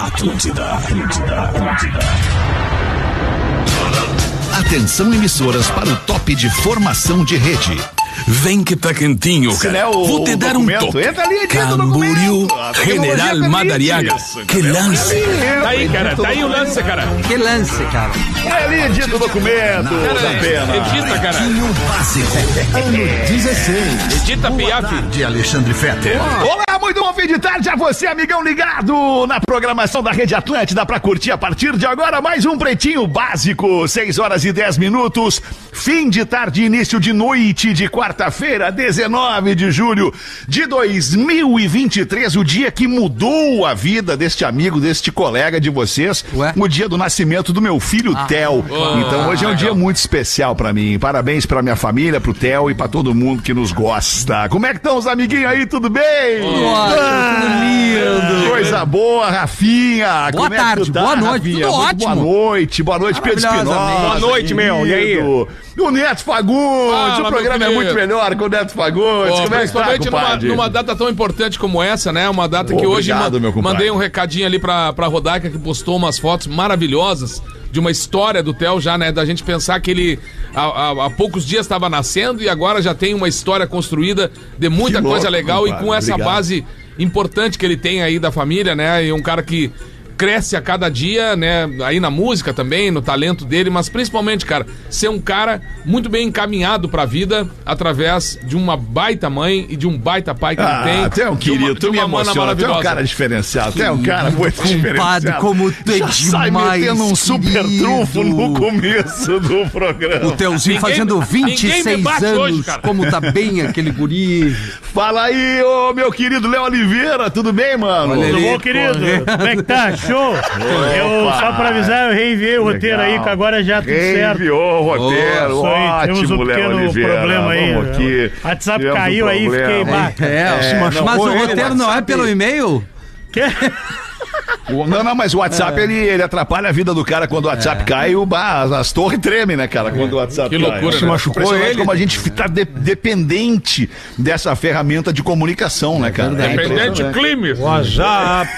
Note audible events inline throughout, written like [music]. Atlântida, Atlântida, Atlântida. Atenção emissoras para o top de formação de rede. Vem que tá quentinho, cara. Se não é o- Vou te o dar um documento. toque. Entra ali, entra no Camboriú, documento. Ah, A tecnologia General permite Madariaga. isso, Que lance. Tá aí, cara. Tá aí o lance, cara. Que lance, cara. É ali, edita o documento da pena. Edita, cara. Tinho básico. Ano 16. Edita, é Piaf. De Alexandre Fetter. Olá, muito bom fim de tarde a você, amigão ligado na programação da Rede Atlântida pra curtir a partir de agora mais um Pretinho Básico, 6 horas e 10 minutos, fim de tarde, início de noite de quarta-feira, 19 de julho de 2023, o dia que mudou a vida deste amigo, deste colega de vocês, Ué? o dia do nascimento do meu filho Ah. Theo. Oh, Então hoje é um dia muito especial pra mim. Parabéns pra minha família, pro Theo e pra todo mundo que nos gosta. Como é que estão os amiguinhos aí? Tudo bem? Olha, tudo lindo. Coisa boa, Rafinha. Boa Como é que tarde, tu tá, boa noite, Rafinha? tudo Muito ótimo. Boa noite, boa noite, Pedro Maravilhosa, Espinosa. amém. Boa noite, meu, e aí? querido. E o Neto Fagundes, Fala, o meu programa é querido. muito melhor com o Neto Fagundes. Ó, Como é que tá, principalmente numa, compadre? numa data tão importante como essa, né? Uma data Pô, que hoje obrigado, ma- meu compadre. mandei um recadinho ali pra, pra Rodaica, que postou umas fotos maravilhosas de uma história do Theo já, né? Da gente pensar que ele há, há- há poucos dias estava nascendo e agora já tem uma história construída de muita Que coisa louco, legal e com compadre, essa obrigado. base importante que ele tem aí da família, né? E um cara que cresce a cada dia, né? Aí na música também, no talento dele, mas principalmente, cara, ser um cara muito bem encaminhado pra vida através de uma baita mãe e de um baita pai que Ah, ele tem. até um de uma- querido, de tu me uma mana emociona, até um maravilhosa. cara diferenciado, até um cara muito diferenciado. como tu é Já sai demais, metendo um super querido. trunfo no começo do O programa. Teuzinho Ninguém- fazendo ninguém me 26 bate anos. hoje, cara. como tá bem aquele guri. Fala aí, ô meu querido Léo Oliveira, tudo bem, mano? Olha Tudo ele. bom, querido? Como é que tá? Show? Eu, Opa! só pra avisar, eu reenviei o roteiro aí, que agora já tá tudo certo. Enviou o roteiro, Isso aí, temos ótimo, um Léo pequeno Oliveira. problema aí. Vamos aqui. O WhatsApp Tivemos um caiu aí, problema. fiquei bah, [laughs] É, É, mas, não, mas foi o ele, roteiro não é WhatsApp. pelo e-mail? O- Não, não, mas o WhatsApp, ele, ele atrapalha a vida do cara. Quando o WhatsApp cai, o, bah, as, as torres tremem, né, cara? Quando o WhatsApp Que cai. loucura, É né? machucou impressionante como a gente tá de- dependente dessa ferramenta de comunicação, né, cara? É Independente impressionante.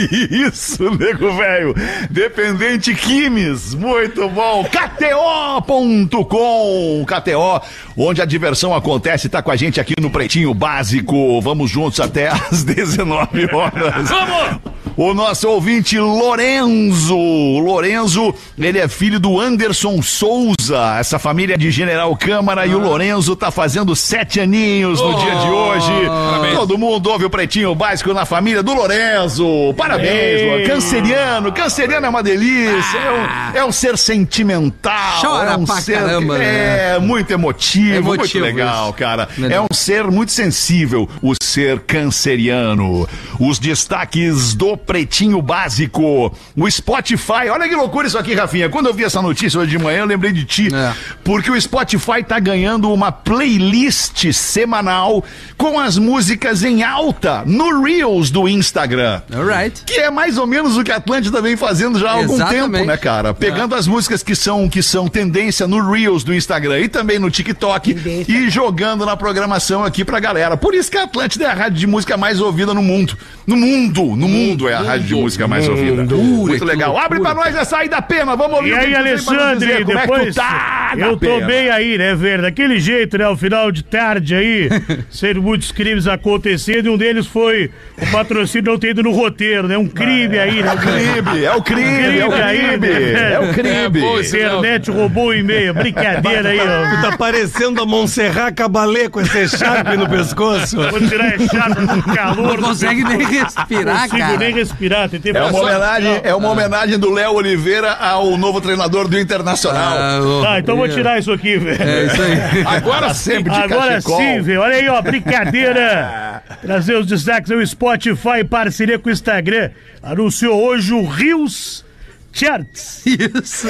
clima. [laughs] Isso, nego velho. Dependente Quimes, muito bom. KTO.com, KTO, onde a diversão acontece, tá com a gente aqui no Pretinho Básico. Vamos juntos até às [laughs] 19 horas. Vamos! O nosso ouvinte Lorenzo. Lorenzo, ele é filho do Anderson Souza, essa família de General Câmara. E o Lorenzo tá fazendo sete aninhos no dia de hoje. Parabéns. Todo mundo ouve o Pretinho Básico na família do Lorenzo. Parabéns, Lorenzo. Canceriano. Canceriano é uma delícia. É um, é um ser sentimental. Ah. Chora é um pra ser, caramba, né? É, muito emotivo, É muito emotivo legal, isso. cara. É Legal. um ser muito sensível, o ser canceriano. Os destaques do Pretinho Básico. O Spotify, olha que loucura isso aqui, Rafinha. Quando eu vi essa notícia hoje de manhã, eu lembrei de ti. É. Porque o Spotify tá ganhando uma playlist semanal com as músicas em alta no Reels do Instagram. Alright. Que é mais ou menos o que a Atlântida vem fazendo já há algum Exatamente. É. tempo, né, cara? Pegando as músicas que são, que são tendência no Reels do Instagram e também no TikTok e jogando na programação aqui pra galera. Por isso que a Atlântida é a rádio de música mais ouvida no mundo. No mundo, no mundo é a rádio de música mais ouvida. Muito legal. Abre pra nós essa aí da pena, vamos ouvir E o que tu tem aí, pra nos Alessandre, dizer. Como é que tu depois. tá, eu tô Datena? bem aí, né, velho? Daquele jeito, né? O final de [laughs] tarde aí, sendo muitos crimes acontecendo, e um deles foi o patrocínio não ter ido no roteiro, né? Um crime aí, né? Cribe, é o [laughs] cribe, é o Cribe aí, cribe, né? é o É, boa, Um cribe. esse- Internet né? roubou o e-mail. Brincadeira aí, ó. Tá parecendo a Montserrat Cabalê com esse chape no pescoço. Vou tirar é chato com calor. Não consegue nem respirar, consigo cara. nem respirar. Tentei É uma passar- homenagem, é uma homenagem do Léo Oliveira ao novo treinador do Internacional. Ah, ô. Tá, então vou tirar isso aqui, velho. É isso aí. [laughs] Agora sempre de Agora cachecol. sim, velho. Olha aí, ó, brincadeira. Trazer os destaques é o Spotify, em parceria com o Instagram. Anunciou hoje o Rios Charts. Isso.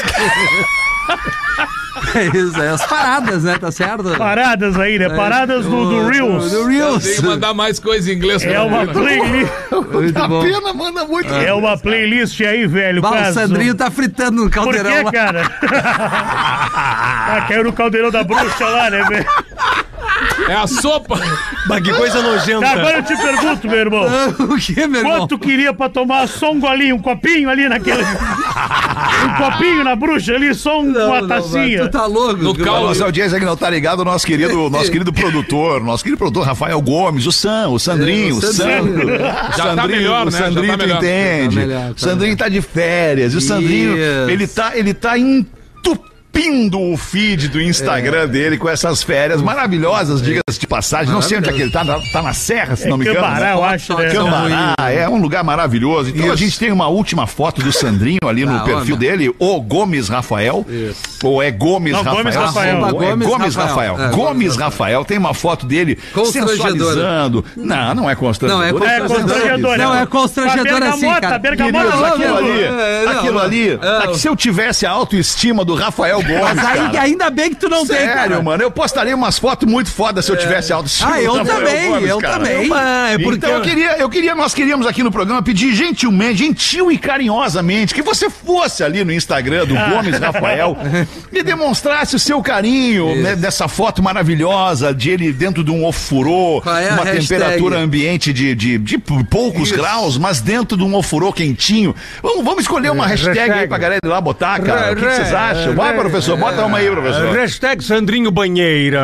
É isso, é as paradas, né? Tá certo? Paradas aí, É. né? Paradas do, Oh, do Reels. Do Tem Reels. que mandar mais coisa em inglês. É pra [laughs] uma menina. playlist. Muito A bom. pena manda muito. É uma playlist aí, velho. Bah, o caso- Sandrinho tá fritando no Por é? caldeirão quê, lá. cara? ah, caiu no caldeirão da bruxa lá, né, velho? É É a sopa. Bah, que coisa nojenta. Tá, agora eu te pergunto, meu irmão. [laughs] o que, meu irmão? Quanto queria pra tomar só um golinho, um copinho [laughs] ali naquele. um copinho na bruxa ali, só um- Não, uma não, tacinha. tu tá louco. No tu- caldo. Nossa audiência que não tá ligado, o nosso querido, o nosso querido produtor, nosso querido produtor Rafael Gomes, o Sam, o Sandrinho, É, o o Sandro. Sandrinho. Já tá melhor, o né? Já Sandrinho tá tu melhor. entende. Tá melhor, tá o Sandrinho tá de férias. E o Sandrinho, Isso. ele tá, ele tá entupindo o feed do É. Instagram dele com essas férias maravilhosas, diga-se de passagem. Não sei onde é que ele tá, na- tá na Serra, É se não me engano. Cambará, né? eu acho, né? Cambará, é um lugar maravilhoso. Então a gente tem uma última foto do Sandrinho ali no Da perfil onda. dele, o Gomes Rafael. Ou é Gomes Não, Rafael? Gomes Rafael. Ou É Gomes Gomes Rafael. Rafael. É, Gomes Gomes Rafael tem uma foto dele Constrangedora. sensualizando. Não, não é Não, constrangedor. é É constrangedor. constrangedor. Não, é constrangedor Uma assim, bergamota, cara. bergamota Queridos, Não, não, aquilo não, ali, é, não, aquilo não. ali, É, que se eu tivesse a autoestima do Rafael Gomes, Mas aí, cara, ainda bem que tu não tem, cara. Sério, mano, eu postaria umas fotos muito fodas se eu tivesse autoestima. Ah, eu do Rafael também, Gomes, eu cara. também. Ah, é porque Então eu queria, eu queria, nós queríamos aqui no programa pedir gentilmente, gentil e carinhosamente, que você fosse ali no Instagram Ah. do Gomes [laughs] Rafael e demonstrasse o seu carinho né, dessa foto maravilhosa de ele dentro de um ofurô, Qual é a uma hashtag? temperatura ambiente de, de, de poucos graus, mas dentro de um ofurô quentinho. Vamos, vamos escolher É, uma hashtag, aí pra galera ir lá botar, cara. O que que vocês acham? Vai, professor, bota uma aí, professor. Hashtag Sandrinho Banheira.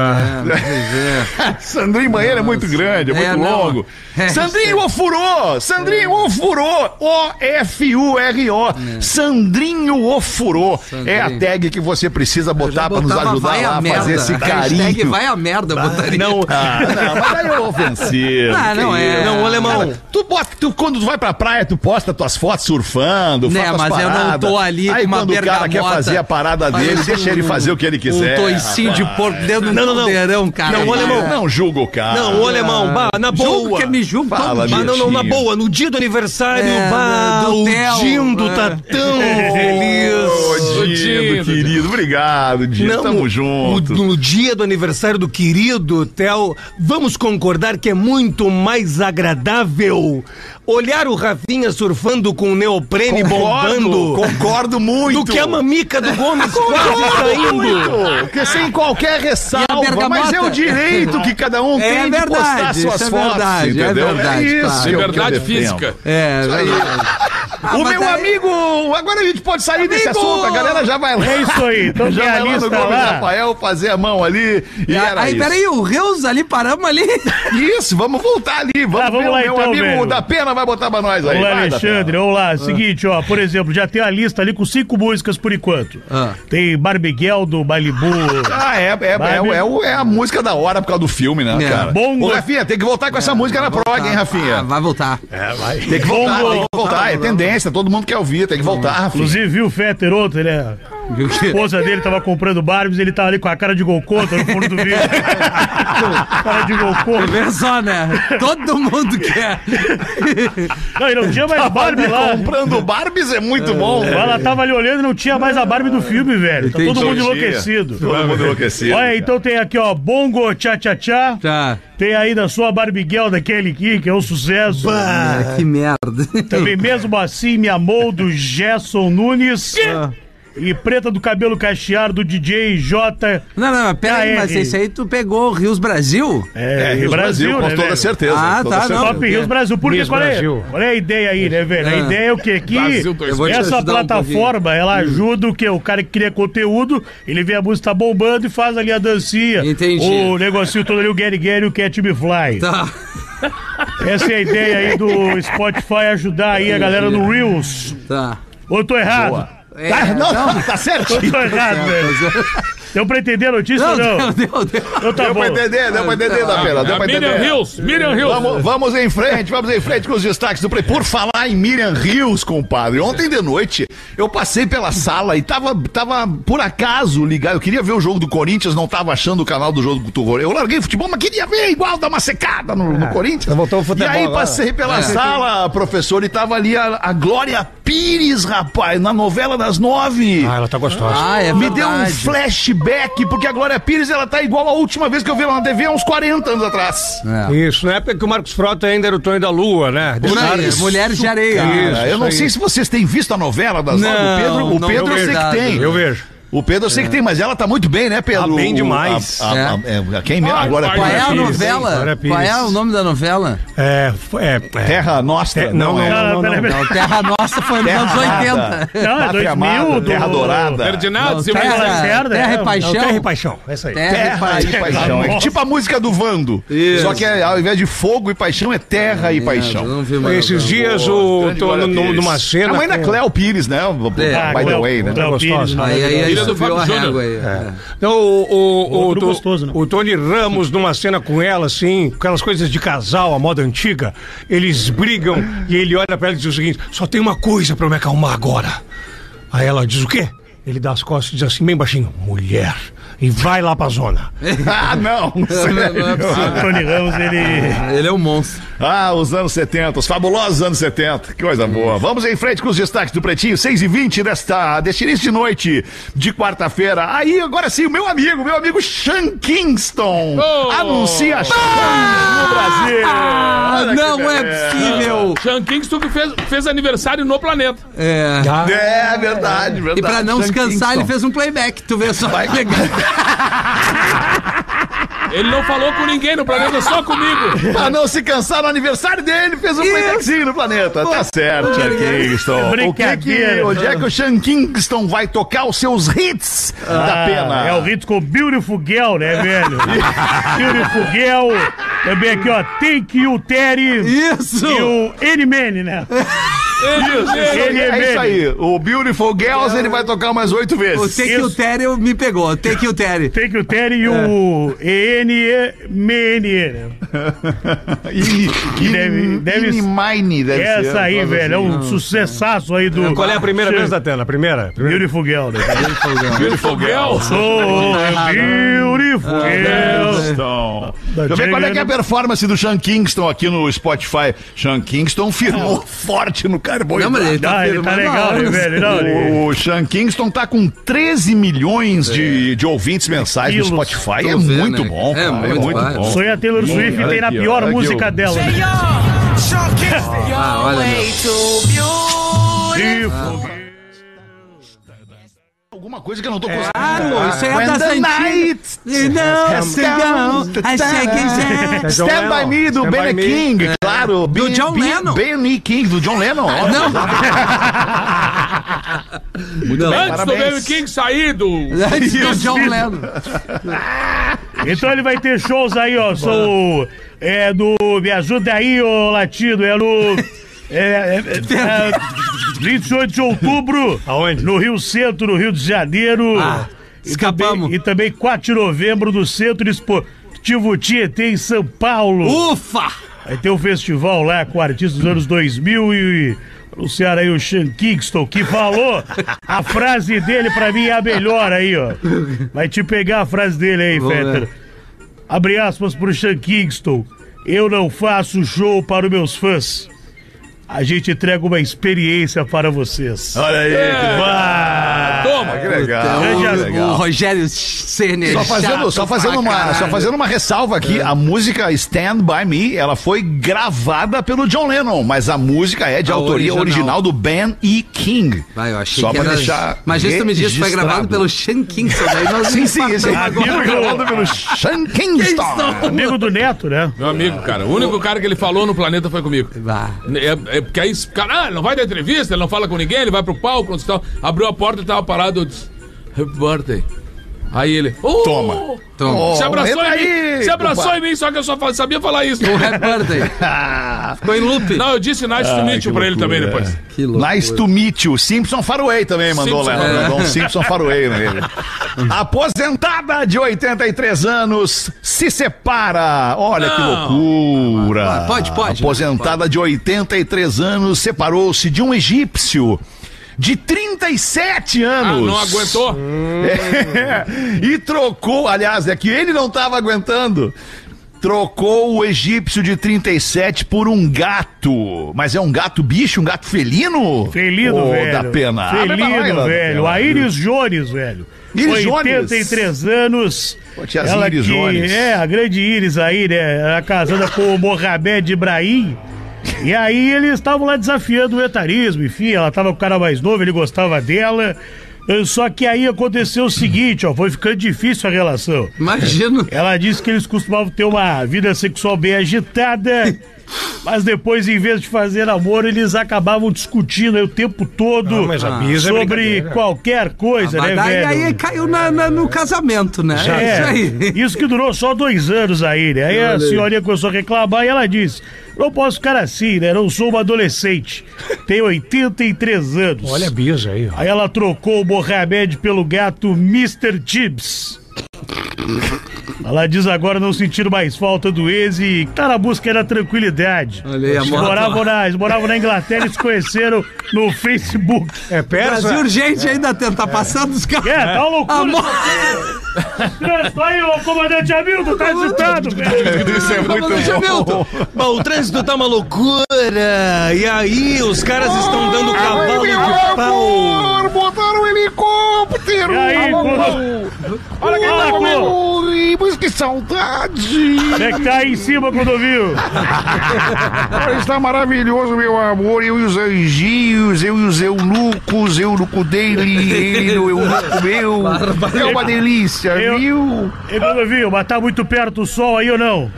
Sandrinho Banheiro é muito grande, é muito É, não. longo. [laughs] É, Sandrinho Ofurô! Sandrinho Ofurô! O-F-U-R-O. É. Sandrinho Ofurô. É a tag que você precisa botar pra nos Botava ajudar vai lá a merda. fazer esse Hashtag carinho. vai a merda, botaria. Não, Ah, não, mas aí é ofensivo. [laughs] Ah, não que é. isso. não, ô, alemão. Cara, tu bota, tu, quando tu vai pra praia, tu posta tuas fotos surfando, Né, faz tuas mas eu não paradas. tô ali Aí com uma quando o cara quer bergamota, fazer a parada dele, parece deixa ele um- fazer o que ele Um quiser. toicinho de porco dentro de Não, um não, não. caldeirão, cara. Não, ô, alemão, Cara. não julga o cara. Não, ô Ah. alemão, bah, na Julgo boa. que é me julgo todo Fala, Bah, não, não, na Betinho. boa, no dia do aniversário, É, bah, do o Theo, Dindo é. tá [laughs] tão feliz. Ô, Dindo, Dindo. querido, obrigado, Dindo. Tamo junto. No, no dia do aniversário do querido Theo, vamos concordar que é muito mais agradável olhar o Rafinha surfando com o neoprene bombando concordo muito. do que a mamica do Gomes quase saindo. Muito, que sem qualquer ressalva, bergamota? mas é o direito que cada um É tem de verdade, postar isso suas é fotos, verdade, é entendeu? verdade, isso claro. que eu- que Liberdade eu defendo. física. É, verdade. Ah, O mas meu daí- amigo, agora a gente pode sair desse Amigo! assunto, a galera já vai lá. É isso aí, então [laughs] já tem vai lá a no lista Gomes lá. Rafael fazer a mão ali e era Aí, isso. peraí, o Reus ali, paramos ali. Isso, vamos voltar ali, vamos, Tá, vamos ver o lá meu então, amigo velho. da Pena vai botar pra nós aí. Vamos Vai, lá, da Alexandre, vamos lá. Ah. Seguinte, ó, por exemplo, já tem a lista ali com cinco músicas por enquanto. Ah. Tem Barbiguel do Malibu. Ah, é, é, Vai, é, amigo. é o- é a música da hora por causa do filme, né, É. cara? Bongo. Ô, Rafinha, tem que voltar com essa música na prog, hein, Ah, Rafinha? vai voltar. Ah, Tem que voltar, Bongo. tem que voltar. É tendência, todo mundo quer ouvir, tem que voltar, Rafinha. Inclusive, viu o Fetter ontem, né? A esposa dele tava comprando Barbies, ele tava ali com a cara de gol contra no fundo [laughs] do vídeo. cara de gol contra. Vê só, né? Todo mundo quer. Não, e não tinha mais Barbie lá. Tá né? um Comprando Barbies é muito bom, velho. Ela tava ali olhando e não tinha mais a Barbie do filme, velho. Tá todo Entendi. mundo Todo dia. enlouquecido. Todo mundo enlouquecido. Olha, então tem aqui, ó, Bongo Tchá Tchá Tchá. Tá. Tem aí da sua Barbiguel da Kelly Key, que é um sucesso. É, que merda. Também mesmo assim me amou do Gerson Nunes. E preta do cabelo cacheado do DJ J. Não, não, mas peraí, KR. mas esse aí tu pegou o Rios Brasil? É, Rios com toda velho? certeza. Ah, toda tá, certeza. não. Top Rios Brasil. Por quê? Miss Qual, é, Brasil. qual é a ideia aí, né, velho? A Ah. ideia é o quê? Que Brasil dois. Eu vou te essa ajudar um plataforma, ela ajuda o quê? O cara que cria conteúdo, ele vê a música tá bombando e faz ali a dancinha. Entendi. O negocinho todo ali, o Gary Gary e o Cat Me Fly. Tá. Essa é a ideia aí do Spotify ajudar aí a galera no Reels. Tá. Ou eu tô errado? É, Tá, não, tá certo. Eu tô errado, velho. Eu pra entender a notícia Não, ou não? deu, deu, deu. Eu tá Deu bom. pra entender, deu pra Ah, entender, da Pena. Deu A pra Miriam entender. Hills. Miriam Hills. [laughs] Vamos, vamos em frente, vamos em frente com os destaques do Play. Por falar em Miriam Rios, compadre, ontem de noite eu passei pela sala e tava, tava por acaso ligado. Eu queria ver o jogo do Corinthians, não tava achando o canal do jogo do Torre. Eu larguei o futebol, mas queria ver igual, dar uma secada no, no Corinthians. É, voltou o futebol e aí agora. É. passei pela sala, professor, e tava ali a, a Glória Pires, rapaz, na novela das nove. ela tá gostosa. Ah, é Me deu um verdade. flashback, porque a Glória Pires ela tá igual a última vez que eu vi ela na TV há uns 40 anos atrás. É. Isso, na época que o Marcos Frota ainda era o Tonho da Lua, né? Por aí, Isso, Mulheres de areia. Cara, Isso, eu não isso sei aí. se vocês têm visto a novela das nove. Não, O Pedro, o não, Pedro não, eu sei que verdade. tem. Eu vejo. O Pedro eu sei que tem, mas ela tá muito bem, né, Pedro? Tá bem O- demais. a- a- a- é, quem mesmo? Ah, Agora vai, Qual é Glória a Pires, novela? Glória Qual é Pires. o nome da novela? É, f- é, é. Terra Nostra. é? Te- não, não, Cara, não, não, peraí, não. peraí. Não, É Terra Nossa foi nos Terra anos Amada, 80. Não, é Pátria 2000 Amada, do- Terra Dourada. Ah, Ferdinando, Não, se É terra, Lacerda, terra é. e Não, Paixão. Terra e Paixão, essa aí. Terra e Terra e Paixão. paixão. É Nossa. tipo a música do Vando. Isso. Só que é, ao invés de fogo e paixão, é terra e É, eu paixão. não vi mais Esses novela. dias Boa, eu grande tô Glória num- Pires. numa cena. A mãe da com- Cléo Pires, né? É, By the Cléo- way, né? Cléo Gostosa. Pires, Ah, né? Aí, aí, aí, Filha do subiu Fábio a Júnior. régua aí. é. Então, o, o, o, Outro o- gostoso, né? o Tony Ramos, numa cena com ela, assim, aquelas coisas de casal, a moda antiga, eles brigam e ele olha pra ela e diz o seguinte: só tem uma coisa pra eu me acalmar agora. Aí ela diz o quê? Ele dá as costas e diz assim, bem baixinho: mulher. E vai lá pra zona. Ah, não! [laughs] Não, não é possível. O Tony Ramos, ele. Ele é um monstro. Ah, os anos 70, os fabulosos anos 70. Que coisa boa. Vamos em frente com os destaques do Pretinho, 6 e 20 desta, deste início de noite de quarta-feira. Aí, agora sim, o meu amigo, meu amigo Sean Kingston Oh! anuncia Sean no Brasil. Ah, Olha que não é beleza. possível. Sean Kingston que fez, fez aniversário no planeta. É. É verdade, verdade. E pra não Sean se cansar, Tá Kingston. ele fez um playback. Tu vê só. Ele não falou com ninguém no planeta, só comigo. Pra não se cansar no aniversário dele, fez um um Isso. playbackzinho no planeta. Tá certo, Sean Kingston. O que que, Brincadeira. onde é que o Sean Kingston vai tocar os seus hits da pena? É o Ritz com Beautiful Girl, né, velho? Beautiful Girl. Também aqui, ó, Take You Terry Isso! e o N-Man, né? Ele- É, Ele é isso aí. O Beautiful Girls ele vai tocar mais oito [laughs] O vezes. Take Isso. You Terry me pegou. Take You Terry. Take You Terry e o E-N-M-N, né? E, e, Deve- deve- Mine deve ser. Essa aí, Nossa, velho, é um sucessaço aí do... Qual é a primeira Sim. vez da tela? A primeira? primeira. Beautiful Girl, né? Beautiful Girl. Oh, oh, Beautiful Girl. Kingston. Deixa eu ver qual é, que é a performance do Sean Kingston aqui no Spotify. Sean Kingston firmou forte no Não, mas ele carboidrato. tá, Ah, ele tá firmando legal, anos. né, velho? Não, ele- O Sean Kingston tá com 13 milhões de, de ouvintes mensais no Quilos. Spotify. É Tô vendo, muito né? bom, É cara. É muito muito bom. bom. Sonha Taylor Swift olha tem na aqui, ó, pior olha aqui, ó. música dela. né? Ah, olha, meu. Beautiful Girl. Alguma coisa que eu não tô conseguindo. Claro, isso aí é When da the Santinha. night Não, é comes Sangão, down, I shake it down. Stand By Me, do Stand By Benny Me. King, claro. Do John Lennon. Benny King, do John Lennon. ó. Não, Muito bem, Antes [laughs] do parabéns. Baby King sair do... antes do Isso. John Lennon. Então ele vai ter shows aí, ó. Sou. É do. Me ajuda aí, ô latido. É no. É, é, é, é, 28 de outubro. Aonde? No Rio Centro, no Rio de Janeiro. Ah, E escapamos. também- E também 4 de novembro no Centro Esportivo Tietê, em São Uh, Paulo. Ufa! Aí tem um festival lá com artistas dos anos 2000 e. Anunciaram aí o Sean Kingston, que falou a frase dele pra mim é a melhor aí, ó. Vai te pegar a frase dele aí, Vamos Fetter. ver. Abre aspas pro Sean Kingston. Eu não faço show para os meus fãs. A gente entrega uma experiência para [laughs] vocês. Olha aí, que Toma. É. Ah, Que legal. Grande que amigo. O legal. Rogério Senna. Só fazendo, só, fazendo uma, só fazendo uma ressalva É. aqui, a música Stand By Me, ela foi gravada pelo John Lennon, mas a música é de A autoria original original. do Ben E. King. Vai, eu achei Só que pra era... deixar Mas isso me disse que foi registrado. gravado pelo Sean Kingston. Daí nós Sim, sim, esse é empatamos agora. gravado [laughs] pelo Sean Kingston. Amigo do Neto, né? Meu amigo, cara. O único cara que ele falou no planeta foi comigo. Bah. É, é porque aí, esse cara, ah, ele não vai dar entrevista, ele não fala com ninguém, ele vai pro palco, não sei o que tal. Abriu a porta, ele tava parado, eu disse, Happy Birthday. Aí ele, "Oh!" Toma. Toma. Oh, Se abraçou, entra em, aí, mim, se abraçou compadre. é- em mim, só que eu só fa- sabia falar isso. O Happy Birthday. [laughs] Ficou em loop. Não, eu disse nice to meet you pra ele também depois. Que louco. Nice to meet you. Simpson Faraway também mandou Simpson, lá. é. Mandou um Simpson Faraway nele. [laughs] Aposentada de 83 anos se separa. Olha que Não. loucura. Pode, né? pode. Aposentada de 83 anos separou-se de um egípcio de 37 Ah, anos. Hum. não aguentou? [laughs] É, e trocou, aliás, é que ele não estava aguentando. Trocou o egípcio de 37 por um gato. Mas é um gato bicho, um gato felino? Felino, Ô, velho. da pena. Ah, tá Felino, Abre pra lá, velho. Ilana. A Iris Jones, velho. Iris Jones. 83 anos. Ô, tiazinha Iris que Jones. É, a grande Iris aí, né? Era casada com o Mohamed Ibrahim. E aí eles estavam lá desafiando o etarismo, enfim, ela tava com o cara mais novo, ele gostava dela. Eh, Só que aí aconteceu o seguinte, ó, foi ficando difícil a relação. [laughs] Imagino. Ela disse que eles costumavam ter uma vida sexual bem agitada, mas depois, em vez de fazer amor, eles acabavam discutindo aí o tempo todo Não, mas a Bisa é sobre brincadeira. qualquer coisa, né, Ah, Mas daí velho? aí caiu na- na- no casamento, né? [laughs] É, É isso aí. isso que durou só dois anos aí, né? Aí a senhorinha começou a reclamar e ela disse: Não posso ficar assim, né? Não sou uma adolescente. Tenho 83 anos. Olha a Bisa aí, ó. Aí ela trocou o Mohamed pelo gato Mr. Tibbs. Ela diz agora não sentir mais falta do ex e tá na busca da tranquilidade. Olha aí, a Eles moto moravam lá. na, eles moravam na Inglaterra e se conheceram no Facebook. É persa? Brasil urgente É. ainda tentar passar dos caras. É, tá uma A loucura. mo- Trânsito Tá aí, ô comandante Hamilton, tá excitado, velho. Isso é muito [laughs] Comandante Hamilton. Bom, o trânsito tá uma loucura. E aí, os caras estão dando Ah, cavalo de pau. Botaram um helicóptero! E Tá aí, comandante? Olha quem tá comendo. Mas que saudade! Como é que tá aí em cima, Clodovil? Está maravilhoso, meu amor. Eu e os anjinhos, eu e os eunucos, eunuco dele, ele, o eunuco meu. É uma delícia, Eu- viu? Ei, Clodovil, mas tá muito perto do sol aí ou não?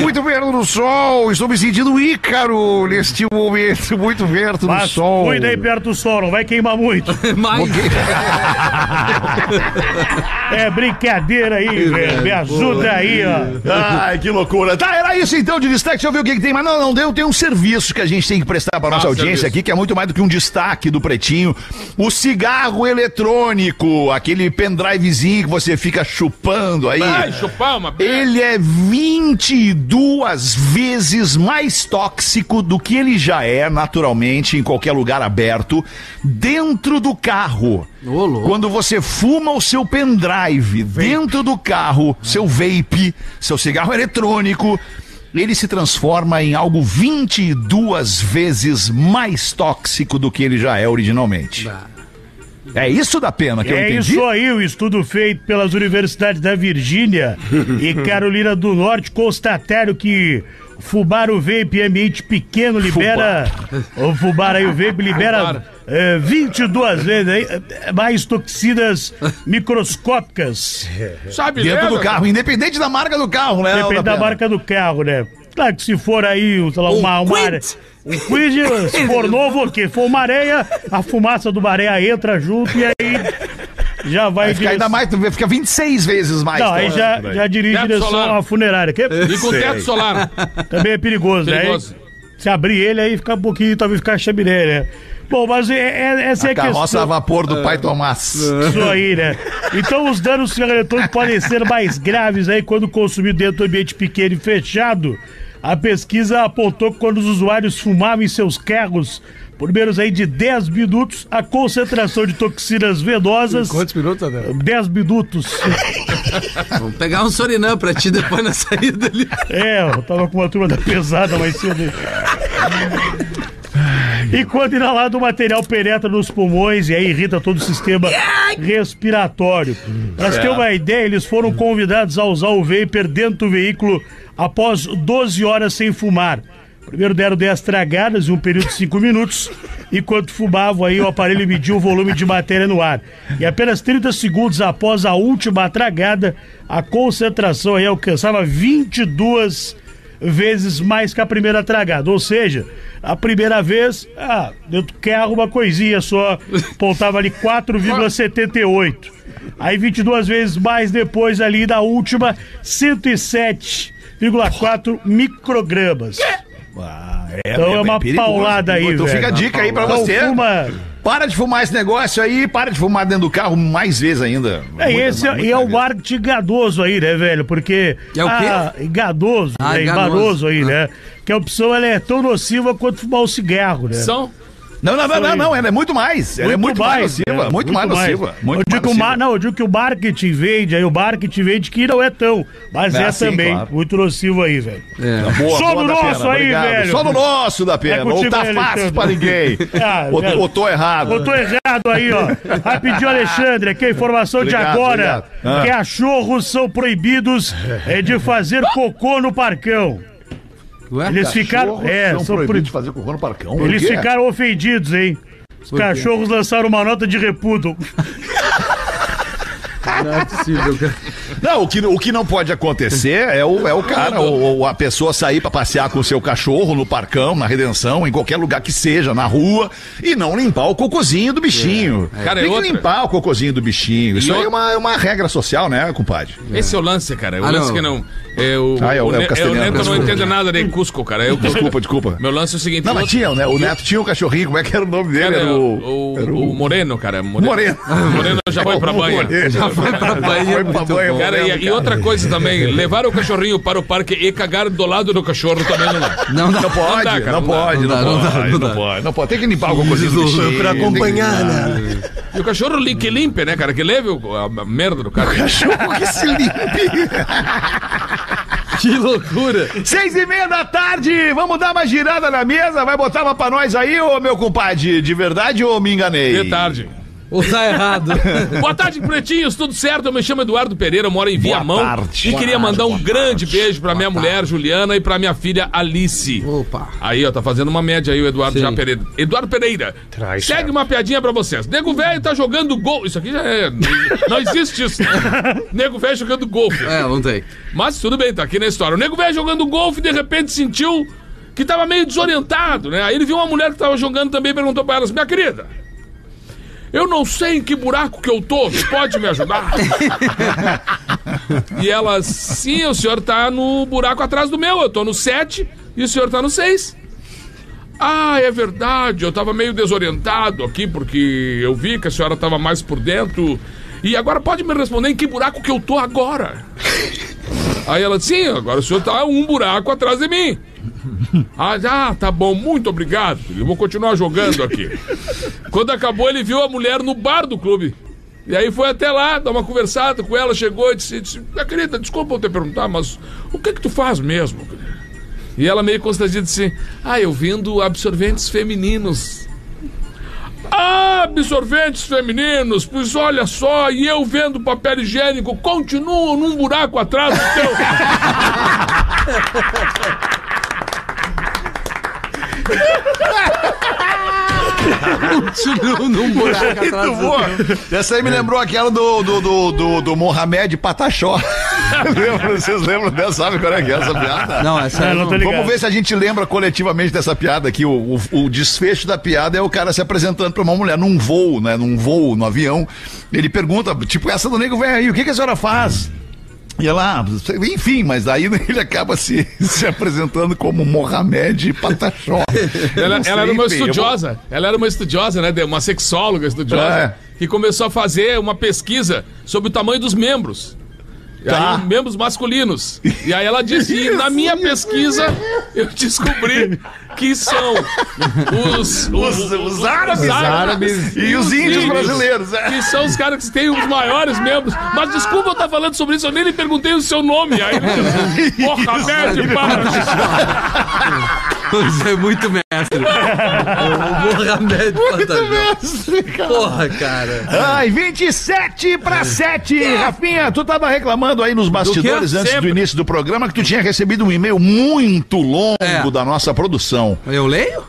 Muito perto do sol, estou me sentindo Ícaro neste momento, muito perto do Mas sol. cuida aí perto do sol, não vai queimar muito. Mas É brincadeira aí, velho. Me ajuda aí, ó. Ai, que loucura. Tá, era isso então de destaque. Deixa eu ver o que, que tem. Mas não, não deu. Tem um serviço que a gente tem que prestar pra nossa Ah, audiência serviço. aqui, que é muito mais do que um destaque do Pretinho. O cigarro eletrônico, aquele pendrivezinho que você fica chupando aí. Vai chupar uma perna. Ele é 22 vezes mais tóxico do que ele já é naturalmente em qualquer lugar aberto dentro do carro. Ô, louco. Quando você fuma o seu pendrive dentro do carro, seu vape, seu cigarro eletrônico, ele se transforma em algo 22 vezes mais tóxico do que ele já é originalmente. É isso da pena que eu É entendi. isso aí, o estudo feito pelas universidades da [laughs] Virgínia e Carolina do Norte constataram que fumar o vape em ambiente pequeno libera. Ou fumar aí o vape libera eh, 22 vezes aí, eh, mais toxinas [laughs] microscópicas. Sabe, Dentro do lembra? carro, independente da marca do carro, né? Depende da Pena? marca do carro, né? Claro que se for aí, sei lá, uma, uma quid. areia. Um quid, se for novo, o quê? Se for uma areia, a fumaça do maré entra junto e aí já vai. Fica ainda direc- mais, fica 26 vezes mais. Não, aí Então, já, é né? já dirige em Teto direção solar. à funerária, que E com teto solar. também é perigoso, né? Perigoso. Se abrir ele, aí fica um pouquinho, talvez ficar chaminé, né? Bom, mas é- é- essa é A a questão. carroça a vapor do pai Tomás. Isso aí, né? Então os danos do cigarro eletrônico podem ser mais graves aí quando consumido dentro do ambiente pequeno e fechado. A pesquisa apontou que quando os usuários fumavam em seus carros por menos aí de 10 minutos, a concentração de toxinas venosas... Quantos minutos, Adel? 10 minutos. Vamos pegar um Sorinã pra ti depois na saída ali. É, eu tava com uma turma da pesada mais cedo. E quando inalado, o material penetra nos pulmões e aí irrita todo o sistema respiratório. Pra se ter uma ideia, eles foram convidados a usar o vapor dentro do veículo após 12 horas sem fumar. Primeiro deram 10 tragadas em um período de 5 minutos. Enquanto fumavam aí, o aparelho mediu o volume de matéria no ar. E apenas 30 segundos após a última tragada, a concentração aí alcançava 22 vezes mais que a primeira tragada. Ou seja, a primeira vez, ah, dentro do carro uma coisinha só, pontava ali 4,78. Aí 22 vezes mais depois ali da última, 107,4 microgramas. Ah, Então é uma paulada aí, Então velho. fica a dica aí pra Então você. fuma. Para de fumar esse negócio aí, para de fumar dentro do carro mais vezes ainda. É, Muita- esse é, muita e é o vez. marketing gadoso aí, né, velho? Porque. É o quê? quê? Gadoso, Ah, né? enganoso. Embaraçoso aí, Ah. né? Que a opção ela é tão nociva quanto fumar um cigarro, né? São Não, não, não, não, não, ela é muito mais. Ela é muito mais nociva, né? muito mais nociva. Muito eu, digo que o mais mar- não, eu digo que o marketing vende, aí o marketing vende que não é tão, mas Ah, é sim, também. claro. Muito nocivo aí, velho. É. Boa, Só boa no da nosso aí, velho. Só no nosso da pena. Ou contigo, tá né, fácil Alexandre? pra ninguém. Ah, ou, velho. ou tô errado. Botou errado aí, ó. Rapidinho, Alexandre, aqui a informação de Obrigado, agora: obrigado. Ah. que cachorros são proibidos é, de fazer cocô no parcão. Ué? Eles ficaram. Cachorros É, são são proibidos de proibidos. fazer cocô no parcão. Por Eles quê? ficaram ofendidos, hein? Os cachorros lançaram uma nota de repudo. Não é possível, cara. Não, o que, o que não pode acontecer é o, é o cara, ou, ou a pessoa sair pra passear com o seu cachorro no parcão, na redenção, em qualquer lugar que seja, na rua, e não limpar o cocôzinho do bichinho. Cara, é Tem que outra. limpar o cocôzinho do bichinho. Isso E aí outra. é uma, é uma regra social, né, compadre? Esse é o lance, cara. O Ah, lance não. que não. É o, Ah, é o o, Léo Ne- é, o Castelhano, Neto não desculpa. entende nada de Cusco, cara. Eu, Desculpa, desculpa. Meu lance é o seguinte. Não, mas outro- tinha, né? O Neto tinha um cachorrinho, como é que era o nome dele? Cara, era o, o- o Moreno, cara. Moreno. Moreno. Moreno já [laughs] foi pra banha. Já foi pra banho. Foi pra banho. Cara, e, e outra coisa também, levar o cachorrinho para o parque e cagar do lado do cachorro também não dá. Não dá. Não pode, dá, cara, não não dá, pode, não não dá, pode, não dá. não pode. Não pode, tem que limpar alguma coisa do bichinho. Pra tem que- acompanhar, né? E o cachorro li- que limpe, né, cara? Que leve o- a, a merda do cara. Cachorro que se limpe. Que loucura. Seis e meia da tarde, vamos dar uma girada na mesa, vai botar uma pra nós aí, ô meu compadre, de verdade ou me enganei? De tarde. Ou [laughs] tá errado. Boa tarde, pretinhos, tudo certo? Eu me chamo Eduardo Pereira, eu moro em Viamão. tarde. E Boa queria mandar um grande beijo pra minha mulher, Juliana, e pra minha filha Alice. Opa. Aí, ó, tá fazendo uma média aí o Eduardo Sim. já Pereira. Eduardo Pereira, Traz, segue cara. uma piadinha pra vocês. Nego velho tá jogando gol. Isso aqui já é. Não [laughs] existe isso. Nego velho jogando golfe. É, não tem. Mas tudo bem, tá aqui na história. O nego velho jogando golfe e de repente sentiu que tava meio desorientado, né? Aí ele viu uma mulher que tava jogando também e perguntou pra ela assim, minha querida, eu não sei em que buraco que eu tô, você pode me ajudar? [laughs] e ela, sim, o senhor tá no buraco atrás do meu, eu tô no 7 e o senhor tá no 6. Ah, é verdade, eu tava meio desorientado aqui porque eu vi que a senhora tava mais por dentro. E agora pode me responder em que buraco que eu tô agora? Aí ela disse, sim, agora o senhor tá um buraco atrás de mim. Ah, já, tá bom, muito obrigado. Eu vou continuar jogando aqui. Quando acabou, ele viu a mulher no bar do clube. E aí foi até lá, dar uma conversada com ela, chegou e disse, disse minha querida, desculpa eu te perguntar, mas o que que tu faz mesmo? E ela meio constrangida disse, ah, eu vendo absorventes femininos. Ah, absorventes femininos, pois olha só, e eu vendo papel higiênico, continuo num buraco atrás do teu... Tirou num buraco atrás. Muito boa. [laughs] Essa aí me lembrou aquela do, do, do, do, do Mohamed Pataxó. [laughs] Lembra? Vocês lembram dessa? Sabe qual é que é essa piada? Não, essa [laughs] é Ah, aí não não. tô ligado. Tá, Vamos ver se a gente lembra coletivamente dessa piada aqui. O, o- o desfecho da piada é o cara se apresentando pra uma mulher num voo, né? Num voo, no avião. Ele pergunta, tipo, essa do nego velho aí, o que, que a senhora faz? E ela, ah, enfim, mas aí [laughs] ele acaba se, se apresentando como Mohamed Pataxó. Ela, Não sei, ela era uma enfim, eu vou- estudiosa, ela era uma estudiosa, né? de- Uma sexóloga É. estudiosa, que começou a fazer uma pesquisa sobre o tamanho dos membros. E aí, um, Tá. membros masculinos. E aí ela disse, e na minha pesquisa eu descobri que são os, Os- os árabes. E os índios brasileiros, é. Que são os caras que têm os maiores membros. Mas desculpa eu estar falando sobre isso, eu nem lhe perguntei o seu [laughs] nome. Aí, porra, perde, para. Pois é muito mestre. O Mohamed Pantanal. Porra, cara. Ai, 27 para 7. Rafinha, tu tava reclamando aí nos bastidores É. quê? antes Sempre. do início do programa que tu tinha recebido um e-mail muito longo É. da nossa produção. Eu leio?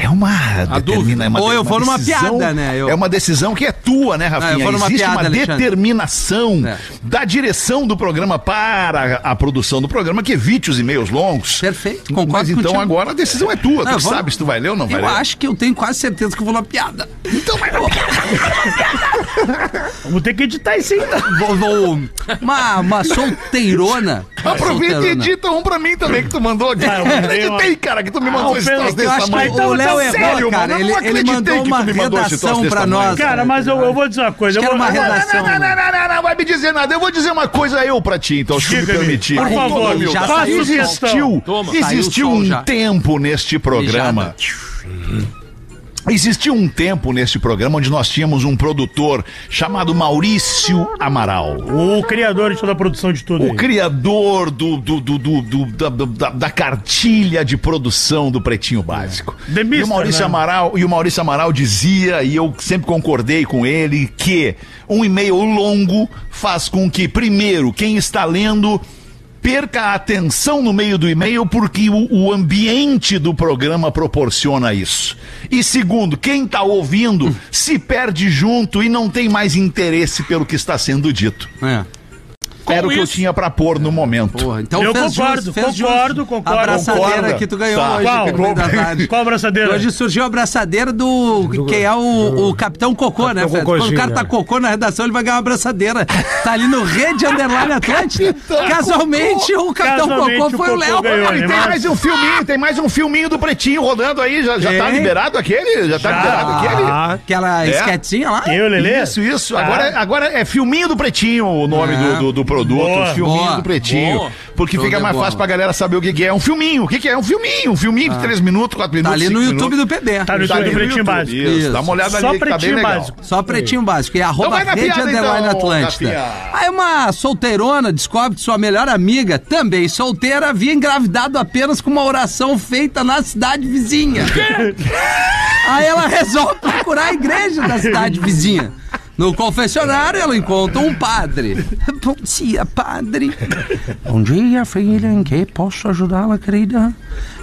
É uma dúvida. determina, é uma, Ou eu uma vou numa decisão- piada, né? Eu- É uma decisão que é tua, né, Rafinha? É, eu vou numa Existe piada, uma Alexandre. determinação É. da direção do programa para a produção do programa que evite os e-mails longos. Perfeito, concordo Mas então contigo. agora a decisão é tua. Ah, tu que vamos- sabe se tu vai ler ou não vai Eu ler. acho que eu tenho quase certeza que eu vou na piada. Então vai ler. Vou ter que editar isso aí. então. Vou, vou- uma, uma solteirona. Aproveita e Solteirona. Tá edita um pra mim também que tu mandou aqui. Ah, eu Eu não mandei uma- é- acreditei, cara, que tu me mandou Ah, esse o Pedro, troço Eu desse acho tamanho. que o Léo errou, Então, mano, Então, tá cara. eu não Ele, ele acreditei mandou que tu uma me mandou esse troço redação desse pra tamanho. nós. Cara, mas eu, eu vou dizer uma coisa. Acho que eu era vou- uma eu vou- redação. Não, não, não, não, não, não, vai me dizer nada. Eu vou dizer uma coisa eu pra ti, então, se tu me Diga-me. permitir. Por Com toda favor, humildade. já saiu o sol. existiu, Toma. existiu Saiu o sol um já. tempo neste programa. Existia um tempo neste programa onde nós tínhamos um produtor chamado Maurício Amaral. O criador de toda a produção de tudo. O aí. criador do, do- do- do- do- da, da- da cartilha de produção do Pretinho Básico. The e, Mister, o Maurício É. né? Amaral, e o Maurício Amaral dizia, e eu sempre concordei com ele, que um e-mail longo faz com que, primeiro, quem está lendo perca a atenção no meio do e-mail, porque o, o ambiente do programa proporciona isso. E segundo, quem está ouvindo se perde junto e não tem mais interesse pelo que está sendo dito. É. Era o que eu tinha para pôr no momento. Porra, então Eu fez concordo, jus, fez concordo, jus. concordo. A abraçadeira Concorda? que tu ganhou Tá. hoje, Qual? que foi da tarde. Qual a É. abraçadeira? Hoje surgiu a abraçadeira do. que é o, o Capitão Cocô, né, Fred? Quando o Cocôzinho, cara tá né? cocô na redação, ele vai ganhar uma abraçadeira. Tá ali no Rede Underline [laughs] Atlântica. Casualmente, o Capitão Casualmente, Então, Cocô o foi o Cocô Léo. ganhou, E né? tem mais um filminho, tem mais um filminho do Pretinho rodando aí, já, já tá Tem? liberado aquele? Já tá liberado aquele? Ah, Aquela É. esquetinha lá. Eu, Lelê? Isso, Ah. isso. Agora, agora é filminho do Pretinho o nome É. do, do, do produto. Boa, filminho boa, do Pretinho. boa. Porque Show fica de mais bola. fácil pra galera saber o que, que é. É um filminho. O que, que é? É um filminho. Um filminho de 3 minutos, 4 Tá minutos. ali no cinco YouTube minutos. do PB. Tá no Tá YouTube do ali no Pretinho YouTube, Básico. Isso. Isso. Dá uma olhada Só ali. que tá bem Pretinho legal. Básico. Só pretinho básico. E arroba Então vai na Rede piada, Underline então, Atlântida. Rafinha. Aí uma solteirona descobre que sua melhor amiga, também solteira, havia engravidado apenas com uma oração feita na [laughs] cidade vizinha. Aí ela resolve procurar a igreja da cidade vizinha. No confessionário, ela encontra um padre. Bom dia, padre. Bom dia, filha. Em que posso ajudá-la, querida?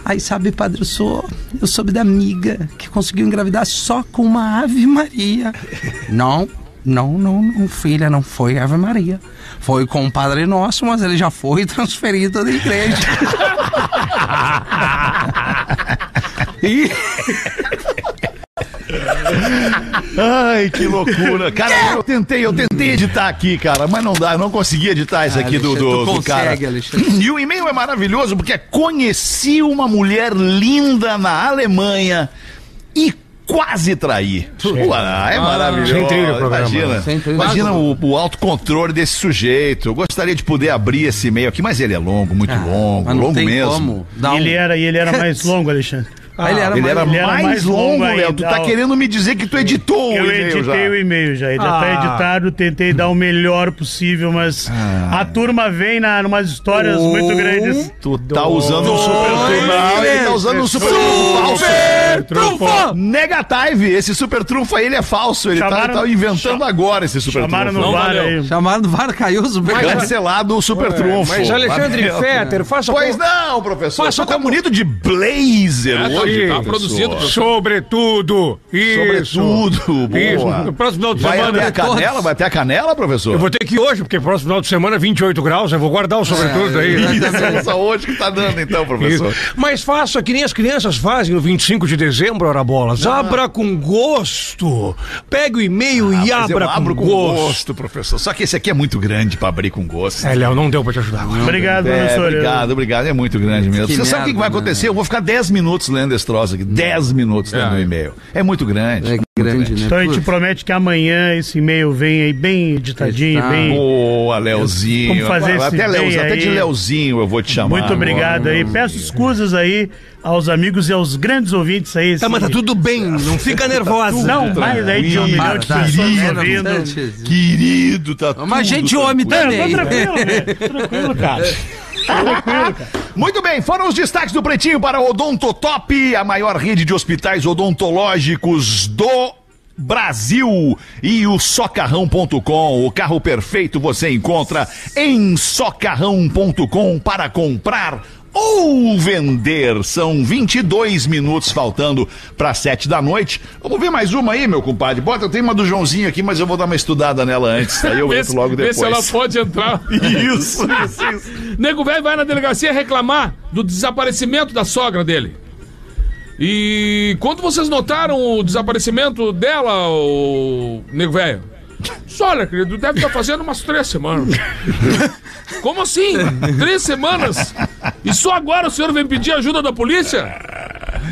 Aí, sabe, padre, eu sou... Eu soube da amiga que conseguiu engravidar só com uma Ave Maria. Não, não, não, não, filha, não foi Ave Maria. Foi com o Padre Nosso, mas ele já foi [laughs] transferido da igreja. e... Ai, que [laughs] loucura. É! Cara, eu tentei, eu tentei editar aqui, cara, mas não dá, eu não consegui editar isso aqui do, Ah, do, Alexandre, tu do cara. consegue, Alexandre. E o e-mail é maravilhoso porque é conheci uma mulher linda na Alemanha e quase traí. Pô, é Ah, maravilhoso. sem trilha o programa. né? Imagina, Sem trilha. imagina o, o autocontrole desse sujeito. Eu gostaria de poder abrir esse e-mail aqui, mas ele é longo, muito longo, Ah, Mas não longo tem mesmo. como. Dá um- Ele era, e ele era mais longo, Alexandre. ele era Ah, Ele mais- um era, Ele era mais, mais longo longo, aí, Léo. Tu tá dá- querendo me dizer que tu editou o Eu Um e-mail já. editei o e-mail já, ele já tá Ah. editado, tentei dar o melhor possível, mas a turma vem na, numas histórias muito grandes. Tu tá usando um super trunfo. Não, ele tá usando um super trunfo falso. Trufo! Negative, esse super trunfo aí, ele é falso. Ele tá- Chamaram- tá, inventando agora esse super Chamaram trunfo. no Não bar valeu. aí. Chamaram do VAR, caiu os Cancelado o super trunfo. Mas Alexandre Valeu. Fetter, faça Pois com... não, professor. Faça Só tá como- bonito de blazer É, tá- hoje, tá professor. produzido, professor. Sobretudo. Isso. Sobretudo, Isso. boa. No próximo final de Vai semana. até a canela? Vai até a canela, professor? [laughs] Eu vou ter que ir hoje, porque próximo final de semana, 28 graus, eu vou guardar o sobretudo aí. né? Isso, só hoje que tá dando, então, Isso. professor. Mas faça que nem as crianças fazem no 25 de dezembro, ora bolas. Abra com gosto. Pega o e-mail e Ah, Mas eu abra com, abro com gosto. gosto, professor. Só que esse aqui é muito grande pra abrir com gosto. É, Léo, não deu pra te ajudar. agora. Obrigado, É, professor. obrigado, obrigado. É muito grande mesmo. Que Você sabe o que merda, que vai né? acontecer? Eu vou ficar 10 minutos lendo esse troço aqui. 10 minutos lendo o e-mail. É muito grande. É grande, né? Então a gente Putz. promete que amanhã esse e-mail vem aí bem editadinho, Está. bem. Boa, Leozinho. Como É. fazer esse até, bem Leozinho até de aí? Leozinho eu vou te chamar. Muito obrigado aí. Peço escusas aí aos amigos e aos grandes ouvintes aí. Tá, esse- mas tá tudo bem, não fica [laughs] Ah, nervosa. Não, mais aí de um tranquilo. milhão de Tá, pessoas tá, ouvindo. tá. Querido, tá tudo. Mas gente homem Não, eu também. tô tranquilo, velho. Tranquilo, cara. Muito bem, foram os destaques do Pretinho para a Odontotop, a maior rede de hospitais odontológicos do Brasil e o socarrão.com, o carro perfeito você encontra em socarrão.com para comprar ou vender. São 22 minutos faltando para 7 da noite. Vamos ver mais uma aí, meu compadre. Bota, eu tenho uma do Joãozinho aqui, mas eu vou dar uma estudada nela antes, aí eu Vê entro se- logo Vê se ela depois. pode entrar. [laughs] Isso, isso, isso. Nego velho vai na delegacia reclamar do desaparecimento da sogra dele. E quando vocês notaram o desaparecimento dela, o nego velho? Só, olha, querido, deve estar fazendo umas três semanas. Como assim? Três semanas? E só agora o senhor vem pedir ajuda da polícia?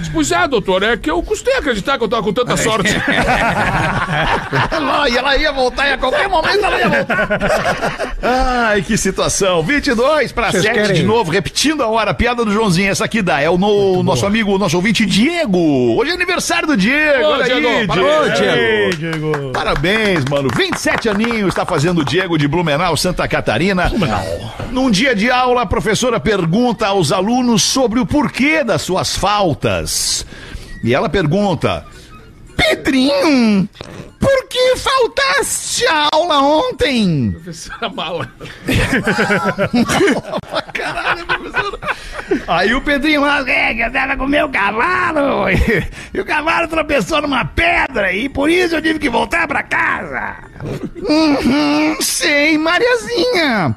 Diz, Pois é, doutor, é que eu custei acreditar que eu tava com tanta sorte. Ela, e ela ia voltar e a qualquer momento ela ia voltar. Ai, que situação. 22 para 7 de novo, repetindo a hora. Piada do Joãozinho, essa aqui dá. É o no- nosso amigo, nosso ouvinte Diego. Hoje é aniversário do Diego. Ô, Olha aí, Diego, Diego. parabéns, Ei, Diego. Parabéns, mano. 27 aninhos está fazendo o Diego de Blumenau, Santa Catarina. Num dia de aula, a professora pergunta aos alunos sobre o porquê das suas faltas. E ela pergunta: Pedrinho, Por que faltaste a aula ontem? Professora Mala. Caralho, professor. Aí o Pedrinho lá, é, que eu tava com o meu cavalo. [laughs] E o cavalo tropeçou numa pedra e por isso eu tive que voltar pra casa. Uhum, sei, Mariazinha.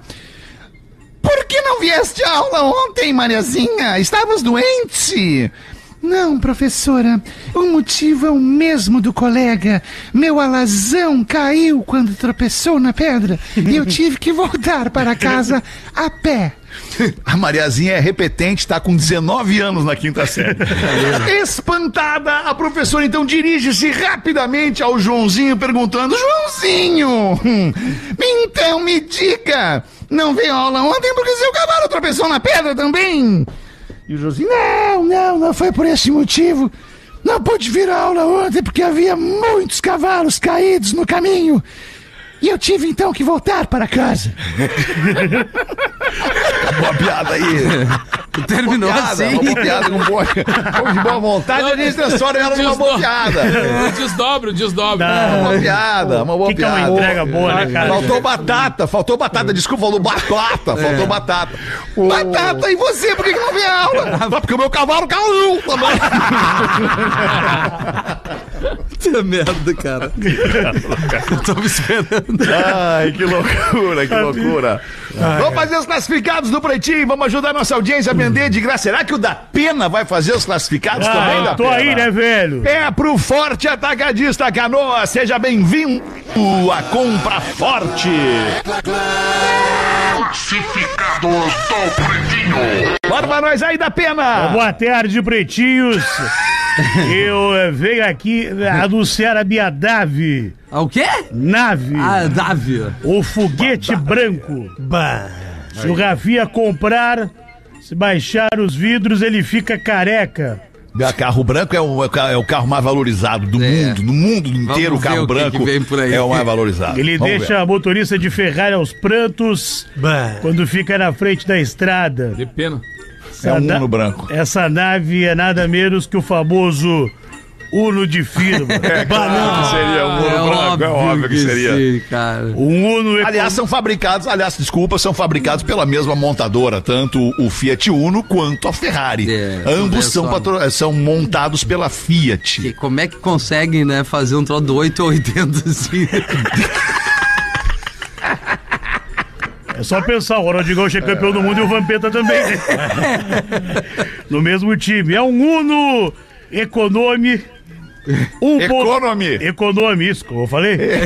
Por que não vieste à aula ontem, Mariazinha? Estavas doente? Não, professora. O motivo é o mesmo do colega. Meu alazão caiu quando tropeçou na pedra e eu tive que voltar para casa a pé. A Mariazinha é repetente, tá com 19 anos na quinta série. Espantada, a professora então dirige-se rapidamente ao Joãozinho perguntando: Joãozinho, hum, então me diga, não veio aula ontem porque seu cavalo tropeçou na pedra também? E o Joãozinho: Não, não, não foi por esse motivo. Não pude vir à aula ontem porque havia muitos cavalos caídos no caminho. E eu tive então que voltar para casa. [laughs] Boa piada aí. [laughs] Terminou Piada, assim. uma piada com boa, com de boa vontade, a gente transforma ela numa boa [laughs] piada. Desdobre, desdobre. Tá. Ah, Uma boa piada, uma boa Que que é piada. uma entrega boa, né, cara? Faltou batata, faltou batata, desculpa, falou batata, É. faltou batata. Batata, e você, por que que não vem a aula? Ah, [laughs] Porque o meu cavalo caiu tá também. Puta merda, cara. Eu tava esperando. Ai, que loucura, que loucura. vamos fazer os classificados do Pretinho, vamos ajudar nossa audiência a vender de graça. Será que o da Pena vai fazer os classificados também? Ah, da tô Pena? aí, né, velho? É pro Forte Atacadista Canoa, seja bem-vindo à compra forte. Classificados do Pretinho. Bora pra nós aí da pena. Boa tarde, pretinhos. Eu eh, venho aqui anunciar a minha nave. Ah, O quê? Nave. Ah, Davi. O foguete branco. Se o Rafinha comprar, se baixar os vidros, ele fica careca. Carro branco é o, é o ca- é o carro mais valorizado do mundo, no mundo inteiro o É. Vamos ver carro o que branco que vem por aí. é o mais valorizado. Ele Vamos deixa a motorista de Ferrari aos prantos quando fica na frente da estrada. De pena. ver. é um na- Uno branco. Essa nave é nada menos que o famoso Uno [laughs] de firma. É, Banana seria um É óbvio, que, sim, cara. Um Uno econômico. Aliás, são fabricados, aliás, desculpa, são fabricados pela mesma montadora, tanto o Fiat Uno quanto a Ferrari. É, Ambos é são, só. patro- são montados pela Fiat. E como é que conseguem, né, fazer um troço do 8 ou 80 assim? [laughs] É só pensar, o Ronaldinho Gaúcho é campeão do mundo e o Vampeta também. né? no mesmo time. É um Uno Econome. Um ponto- Economy! Econome, isso que eu falei. É.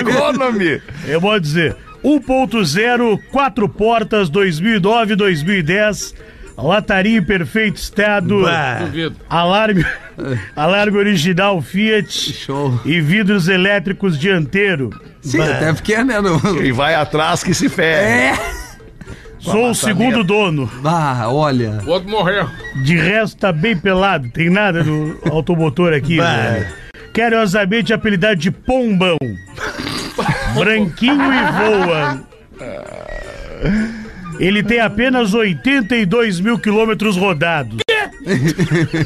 Economy! Eu vou dizer. 1.0, quatro portas, 2009, 2010. Lataria em perfeito estado. Duvido. Alarme, alarme original Fiat. Show. E vidros elétricos dianteiro. Sim, até porque, né, não... Quem vai atrás que se ferre. É! Sou o segundo dono. Bah, olha. O outro morreu. De resto, tá bem pelado. Tem nada do automotor aqui. né? Carinhosamente apelidado de Pombão. Branquinho e voa. Ele tem apenas 82 mil quilômetros rodados.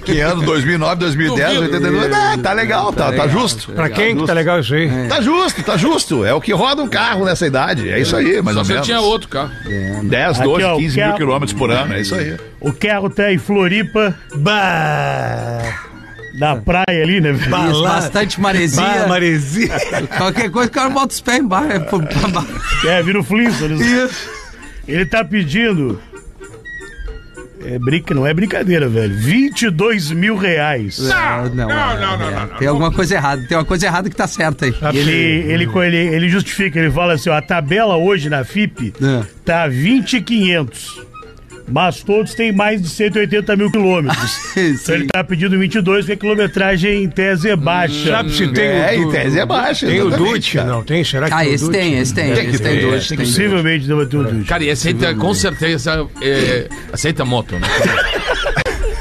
Que ano? 2009, 2010, Duvido. 82. Ah, tá legal, tá, tá legal, justo. tá Pra quem que tá legal isso aí? Tá justo, tá justo. É o que roda um carro nessa idade. É isso aí, mais Só ou se eu menos. tinha outro carro. 10, Aqui, 12, ó, o 15 carro- mil quilômetros por ano. É isso aí. O carro tá em Floripa. Na praia ali, né? velho? Isso, bastante maresia. [laughs] Qualquer coisa, o cara bota os pés embaixo. É pro- pra baixo. É, vira o Flintstones. Ele tá pedindo. É brinca, não é brincadeira, velho. 22 mil reais. Ah, não, não, não, não, Tem alguma coisa errada. Tem uma coisa errada que tá certa aí. E Ele, ele, co- ele, ele justifica, ele fala assim: ó, a tabela hoje na FIP É. tá 20,500. Mas todos têm mais de 180 [laughs] mil quilômetros. Então ele [laughs] Sim. tá pedindo 22, porque a quilometragem em tese é baixa. Sabe se tem É, o, em du- tese é baixa. tem o exatamente, Dutch? cara. Não, tem? Será que Ah, tem o esse Dutch? tem, esse tem. Tem que Esse tem ter, dois. Tem dois. Possivelmente não vai ter um vídeo. Cara, e aceita, com certeza, é, aceita moto, né?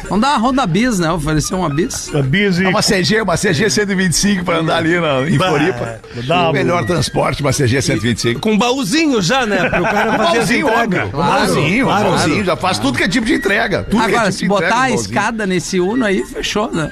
Vamos dar uma ronda bis, né? Oferecer uma bis. A Bizi, Ah, Uma CG, uma É. CG 125 pra andar ali na, em Floripa. dá O melhor transporte, uma CG 125. Com um baúzinho já, né? Pro [laughs] cara fazer as Mãozinho, entregas. óbvio. Ah, Mãozinho, claro. mãozinho. Já faz tudo que é tipo de entrega. Tudo que é tipo Agora, se de botar entrega, a mãozinho. escada nesse Uno aí, fechou, né?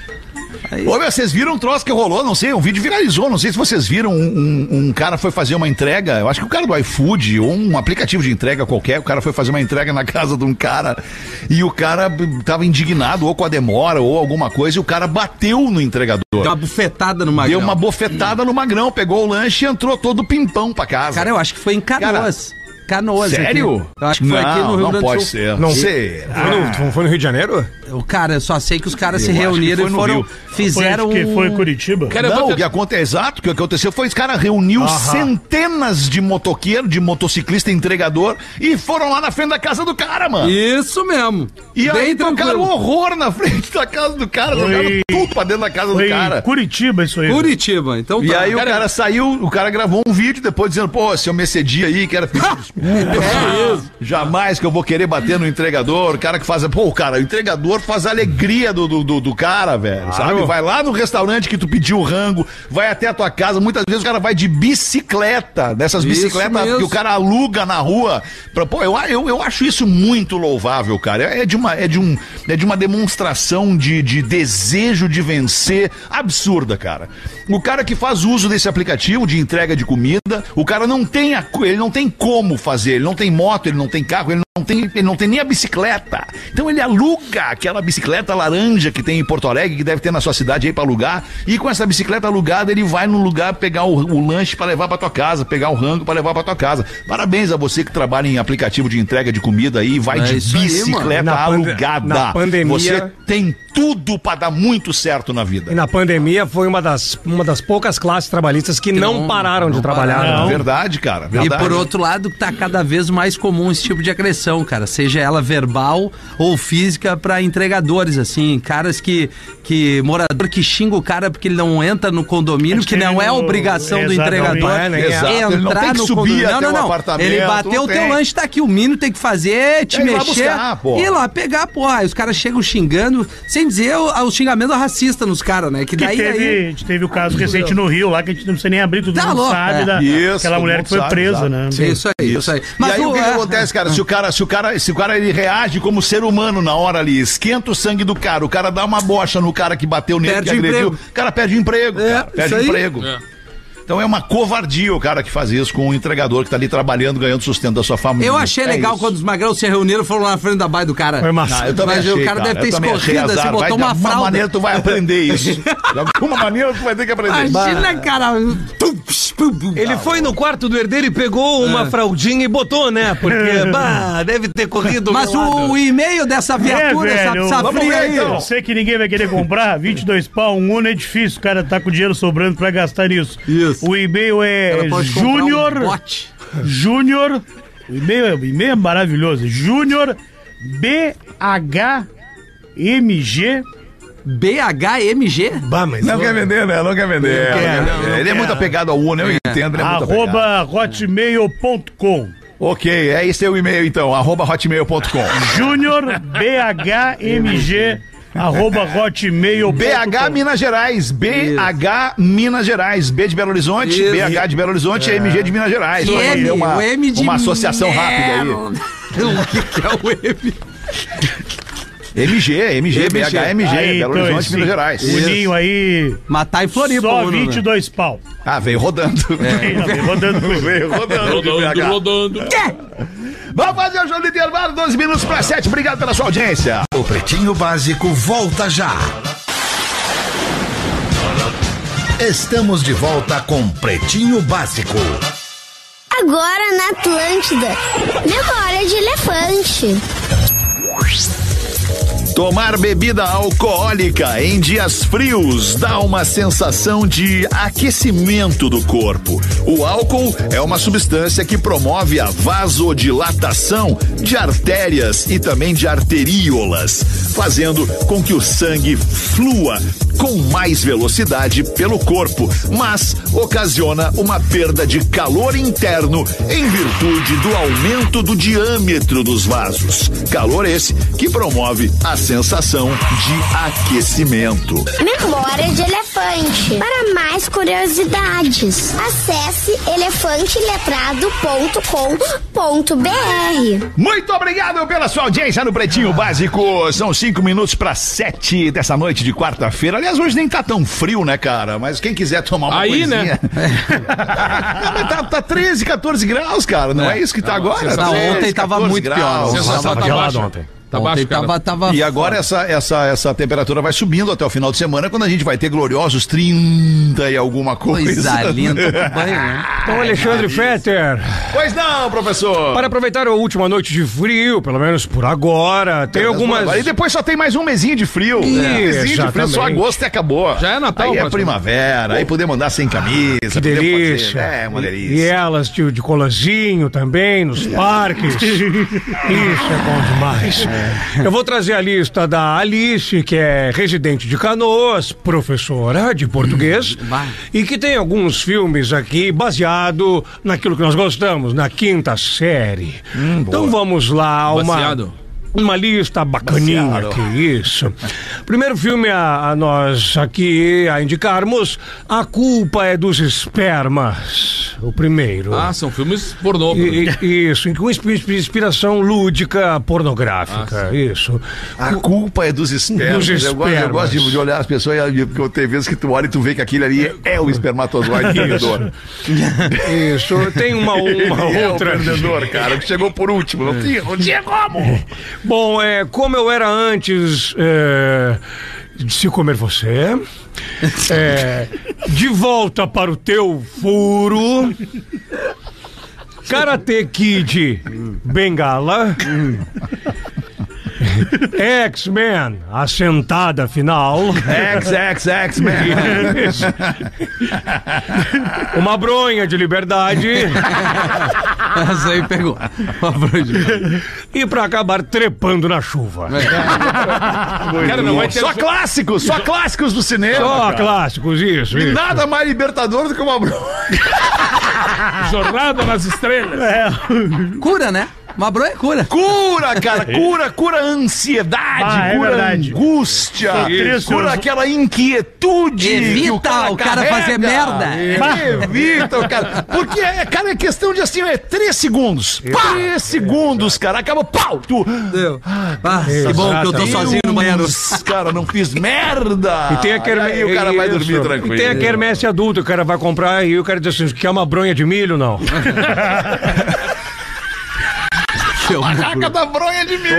Ô, meu, vocês viram um troço que rolou, não sei, um vídeo viralizou, não sei se vocês viram, um, um- um cara foi fazer uma entrega, eu acho que o cara do iFood ou um aplicativo de entrega qualquer, o cara foi fazer uma entrega na [laughs] casa de um cara e o cara b- tava indignado ou com a demora ou alguma coisa e o cara bateu no entregador. Então, Deu uma bufetada no magrão. Deu uma bofetada no magrão, pegou o lanche e entrou todo pimpão pra casa. Cara, eu acho que foi em Canoas. Canoas. aqui. Sério? Eu acho que foi não, aqui no Rio não Grande pode do Sul. Ah. ser. Não sei. Foi, no, foi no Rio de Janeiro? Eu- Cara, eu só sei que os caras se acho que reuniram foi e no foram. Rio. Fizeram. Foi, que um- foi Curitiba? Cara, eu não, vou o que ter- aconteceu, exato, o que aconteceu foi, esse cara reuniu centenas de motoqueiro, de motociclista entregador e foram lá na frente da casa do cara, mano. E, Isso mesmo. aí então, Bem tocaram tranquilo. horror na frente da casa do cara, jogaram Foi- tudo pra dentro da casa Foi do um cara. Curitiba isso aí. né? Curitiba. Então E tá. aí o Cara, cara saiu, o cara gravou um vídeo depois dizendo, pô, se eu me excedi aí, que [laughs] era É, Jamais que eu vou querer bater no entregador, o cara que faz. Pô, cara, o entregador faz a alegria do, do, do- do cara, velho. Sabe? Vai lá no restaurante que tu pediu o rango, vai até a tua casa. Muitas vezes o cara vai de bicicleta, dessas Isso bicicletas que mesmo. o cara aluga na rua. Pra, pô, eu, eu, eu acho isso muito louvável, cara. É de uma, é de um, é de uma demonstração de, de desejo de vencer absurda, cara. O cara que faz uso desse aplicativo de entrega de comida, o cara não tem a, co- ele não tem como fazer, ele não tem moto, ele não tem carro, ele não tem, ele não tem nem a bicicleta. Então ele aluga aquela bicicleta laranja que tem em Porto Alegre, que deve ter na sua cidade aí pra alugar, e com essa bicicleta alugada ele vai no lugar pegar o, o lanche pra levar pra tua casa, pegar o rango pra levar pra tua casa. Parabéns a você que trabalha em aplicativo de entrega de comida aí e vai É de isso aí, mano. bicicleta Na pande- alugada. na pandemia- Você tem tudo pra dar muito certo na E vida. na pandemia foi uma das, uma das poucas classes trabalhistas que não, não- pararam de não trabalhar. né? pararam. Não. Verdade, cara. E Verdade. por outro lado, tá cada vez mais comum esse tipo de agressão, cara. Seja ela verbal ou física pra entregadores, assim. Caras que, que. Morador que xinga o cara porque ele não entra no condomínio, que não é Ele não- obrigação do Exatamente. entregador. É, né? Exato, ele não tem que subir até o apartamento, Ele não bateu o teu tem. lanche, tá aqui. O mínimo tem que fazer é te É ir lá mexer. buscar, porra. ir lá pegar, porra. Aí os caras chegam xingando, sem dizer o, o xingamento racista nos caras, né? Que Que daí. teve, aí... a gente teve o caso recente no Rio, lá que a gente não precisa nem abrir, todo Tá mundo louco, sabe é. da, Isso, aquela todo mulher mundo que foi sabe, presa, exato. né? Isso aí, isso, aí. e aí o que, que é- acontece, cara? Se o cara, se o cara, se o cara ele reage como ser humano na hora ali, esquenta o sangue do cara, o cara dá uma bocha no cara que bateu nele, Perde que agrediu, emprego. o cara perde emprego, É, cara, perde isso aí. emprego. É. Então é uma covardia o cara que faz isso com o entregador que tá ali trabalhando, ganhando sustento da sua família. Eu achei É legal isso. quando os magrãos se reuniram e foram lá na frente da baia do cara. Foi massa. Ah, eu também Mas achei, o cara deve ter Eu também achei escorrido, assim, azar. botou Vai, uma De alguma fralda. maneira tu vai aprender [laughs] isso. De alguma maneira tu vai ter que aprender. Imagina, cara. Ele Tá foi no quarto do herdeiro e pegou uma É. fraldinha e botou, né? [laughs] Porque, bah, deve ter corrido. Mas meu o, lado. o e-mail dessa viatura, É, velho, essa, essa vamos fria ver, aí. então. Eu sei que ninguém vai [laughs] querer comprar, 22 pau, um Uno é difícil, o cara tá com dinheiro sobrando pra gastar nisso. Isso. O e-mail Ela é pode comprar um Júnior. bote. [laughs] Júnior. O e-mail é, o e-mail é maravilhoso. Júnior BHMG. BHMG? Bah, mas Não quer vender, né? Não quer vender. Não quer vender. Ele é muito apegado ao Uno, eu entendo. Ele é muito apegado. Arroba hotmail.com Ok, é esse é o e-mail então, arroba hotmail.com. [laughs] Júnior BHMG arroba hotmail.com BH Minas Gerais, BH Minas Gerais, B de Belo Horizonte, Isso. É. BH de Belo Horizonte e MG de Minas Gerais. Que Pra fazer M, uma, o M de uma associação rápida o que, que é o M? aí. MG, MG, MG. BH, MG, Aí, Belo então, Horizonte, esse Minas Gerais. Uninho aí, Matar em Floripa. só Bruno, né? 22 pau. Ah, veio rodando. É. Tá rodando com [laughs] veio rodando. de Rodando, BH. rodando. Vamos fazer o jogo de intervalo, 12 minutos para 7. Obrigado pela sua audiência. O Pretinho Básico volta já. Estamos de volta com Pretinho Básico. Agora na Atlântida. Memória de elefante. Tomar bebida alcoólica em dias frios dá uma sensação de aquecimento do corpo. O álcool é uma substância que promove a vasodilatação de artérias e também de arteríolas, fazendo com que o sangue flua com mais velocidade pelo corpo, mas ocasiona uma perda de calor interno em virtude do aumento do diâmetro dos vasos. Calor esse que promove a sensação de aquecimento. Memória de elefante. elefante. Para mais curiosidades, acesse elefanteletrado.com.br. Muito obrigado pela sua audiência no Pretinho Básico. São cinco minutos para sete dessa noite de quarta-feira. Aliás, hoje nem tá tão frio, né, cara? Mas quem quiser tomar uma Aí, coisinha... [laughs] né? Não, mas tá, tá 13, 14 graus, cara. Não é, isso que tá agora? Não, 13, ontem tava 14 muito pior. graus. Sensação Sensação tava tá gelado baixa. ontem. Tá Ontem baixo, cara. tava, tava E agora essa, essa, essa temperatura vai subindo até o final de semana, quando a gente vai ter gloriosos 30 e alguma coisa. coisa linda. que [laughs] banho, né? Então, Alexandre Fetter, Pois não, professor. para aproveitar a última noite de frio, pelo menos por agora, tem algumas... Aí depois só tem mais um mesinho de frio. Ih, Um mesinho de frio, exatamente. só agosto e acabou. Já é Natal, Aí é praticamente. primavera, aí podemos andar sem camisa. Que podemos delícia. fazer- É, uma E delícia. elas de, de colazinho também, nos parques. [laughs] Isso é bom demais. É. Eu vou trazer a lista da Alice, que é residente de Canoas, professora de português, Hum, e que tem alguns filmes aqui baseado naquilo que nós gostamos, na quinta série. Hum, então vamos lá, uma... Baseado. Uma lista bacaninha, Baseado. que isso. Primeiro filme a, a nós aqui a indicarmos, A Culpa é dos Espermas, o primeiro. Ah, são filmes pornô. E- e- isso, com inspi- inspiração lúdica Ah, pornográfica, isso. A culpa é dos espermas. Dos Eu gosto, eu espermas. gosto de, de olhar as pessoas e- e porque eu tenho vezes que tu olha e tu vê que aquele ali é o espermatozoide perdedor. Isso, tem uma, [laughs] uma É o outra... perdedor, cara, que chegou por último. Não tinha, não tinha como. Bom, é, como eu era antes é, de se comer você. é, de volta para o teu furo. Karate Kid Bengala. X-Men, a sentada final. X, X, X, man. Uma bronha de liberdade. Essa aí pegou. Ó, Bruno. E pra acabar trepando na chuva. Cara, não vai ter. Só clássicos, só clássicos do cinema. Só cara. clássicos, isso. isso. Nada mais libertador do que uma bronca. Jornada nas estrelas. É. Cura, né? Uma bronha é cura. Cura, cara, cura, cura a ansiedade, Ah, é cura a verdade. angústia, Tô triste, cura eu- aquela inquietude. Evita que o cara carrega. fazer merda. É, Evita o cara. Porque, é, cara, é questão de assim, é três segundos. Pá! Três segundos, cara. Acaba, pau! Tu, Ah, que bom que eu tô Deus, sozinho Assim no banheiro. Cara, não fiz merda. E tem a quermesse. Ah, Aí o cara vai dormir tranquilo. E tem a quermesse adulto, o cara vai comprar e o cara diz assim: quer uma bronha de milho? É Não. um Seu Caraca, da bronha de mim.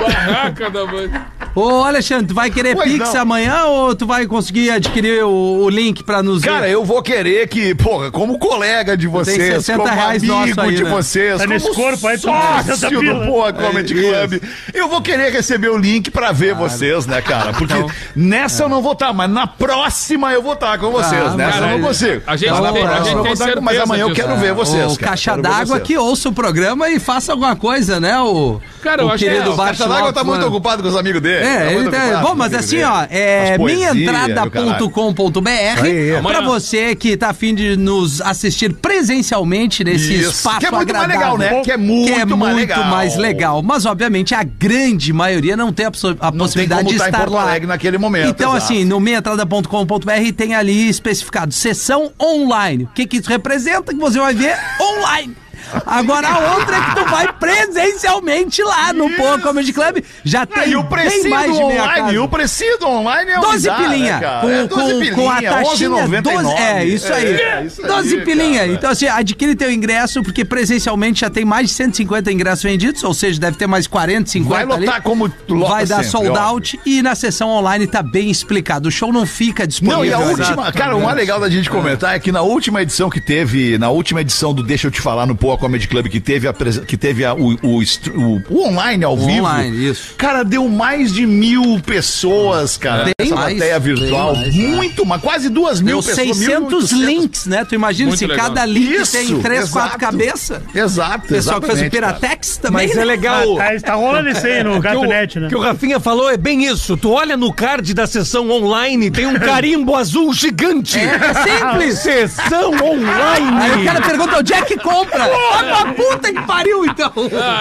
Barraca da mãe. Ô, Alexandre, tu vai querer Pois Pix não. amanhã ou tu vai conseguir adquirir o, o link pra nos. Cara, eu vou querer que, porra, como colega de vocês, 60 como reais nosso amigo aí, de né? É vocês, Tá como nesse corpo aí, tu sócio 60 do pila. Boa Comedy Club, eu vou querer receber o link pra ver vocês, né, Ah, cara? Porque então. nessa eu não vou estar, mas na próxima eu vou estar com vocês, É. Ah, nessa eu cara, não consigo. a gente Mas na tem- a próxima gente eu tem vou estar, Mas certeza amanhã eu disso. quero ver vocês, o cara, caixa quero ver d'água vocês. que ouça o programa e faça alguma coisa, né? O, Cara, eu o acho que é, querido o Bart Caixa d'água tá Lopes, muito mano. ocupado com os amigos dele. tá É, ele muito tá, ocupado bom, com os mas amigos assim, dele. ó, é As poesias, minhaentrada.com.br pra Amanhã. você que tá afim de nos assistir presencialmente nesse Isso, espaço que é muito mais agradável, legal, né? Que é muito mais legal. mais legal. Mas, obviamente, a grande maioria não tem a, possi- a Não tem possibilidade como de estar em estar Porto lá. Alegre naquele momento. Então, exato. assim, no meiaentrada.com.br tem ali especificado sessão online. O que, que isso representa? Que você vai ver online. Agora a outra é que tu vai presencialmente lá no Pô Comedy Club. Já Ah, tem e o bem precinho mais de meia online, casa. e o precinho online é 12 unidade, pilinha. né, cara? com, É com, com a taxinha 11,99. 12, é, isso aí. É, isso aí, 12 pilinha. cara. Então, assim, adquire teu ingresso, porque presencialmente já tem mais de 150 ingressos vendidos, ou seja, deve ter mais 40, 50 Vai lotar ali. como lota Vai dar sempre, sold óbvio. out e na sessão online tá bem explicado. O show não fica disponível. Não, né? e a Exato. última, cara, o mais legal da gente comentar é que na última edição que teve, na última edição do Deixa Eu Te Falar no Poa Comedy Club, que teve, a presen- que teve a- o, o str- o- o online ao vivo. online, isso. Cara, deu mais de mil pessoas, cara. Bem Essa mais, plateia bem virtual. mais, né? muito, mas quase duas mil Deu pessoas. 600 1.800. links, né? Tu imagina Muito se legal. cada link Isso, tem 3, 4 exato. cabeças? Exato, O pessoal que fez o exatamente, cara. Piratex também. Mas é né? legal. [laughs] Tá, tá rolando isso aí no que o- Gatunete, né? Que o Rafinha falou é bem isso. Tu olha no card da sessão online, tem um carimbo azul gigante. É, é simples. Sessão Aí o online. cara pergunta onde é que compra. Porra pra puta que pariu, então!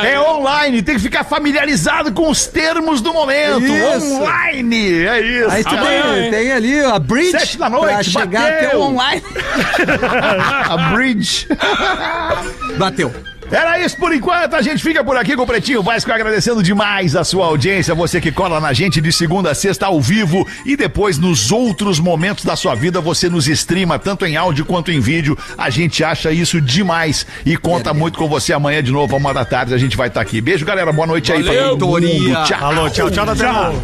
É online, tem que ficar familiarizado com os termos do momento. Isso. Online, é isso. Aí tu tem- Amanhã, hein? tem, ali a bridge Sete da noite, pra chegar bateu. até o online. A bridge. Bateu. Era isso por enquanto, a gente fica por aqui com o Pretinho Vasco, agradecendo demais a sua audiência, você que cola na gente de segunda a sexta ao vivo e depois nos outros momentos da sua vida você nos streama, tanto em áudio quanto em vídeo, a gente acha isso demais e conta muito com você amanhã de novo, uma da tarde, a gente vai estar aqui. Beijo galera, boa noite aí pra todo mundo, Toria. tchau. Alô, tchau, tchau, tchau.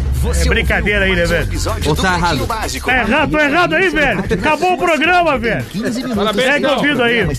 É brincadeira aí, né, velho? Ou tá errado? Tá errado, tô errado aí, velho. Acabou o programa, velho. Parabéns, Segue Igão. ouvindo aí.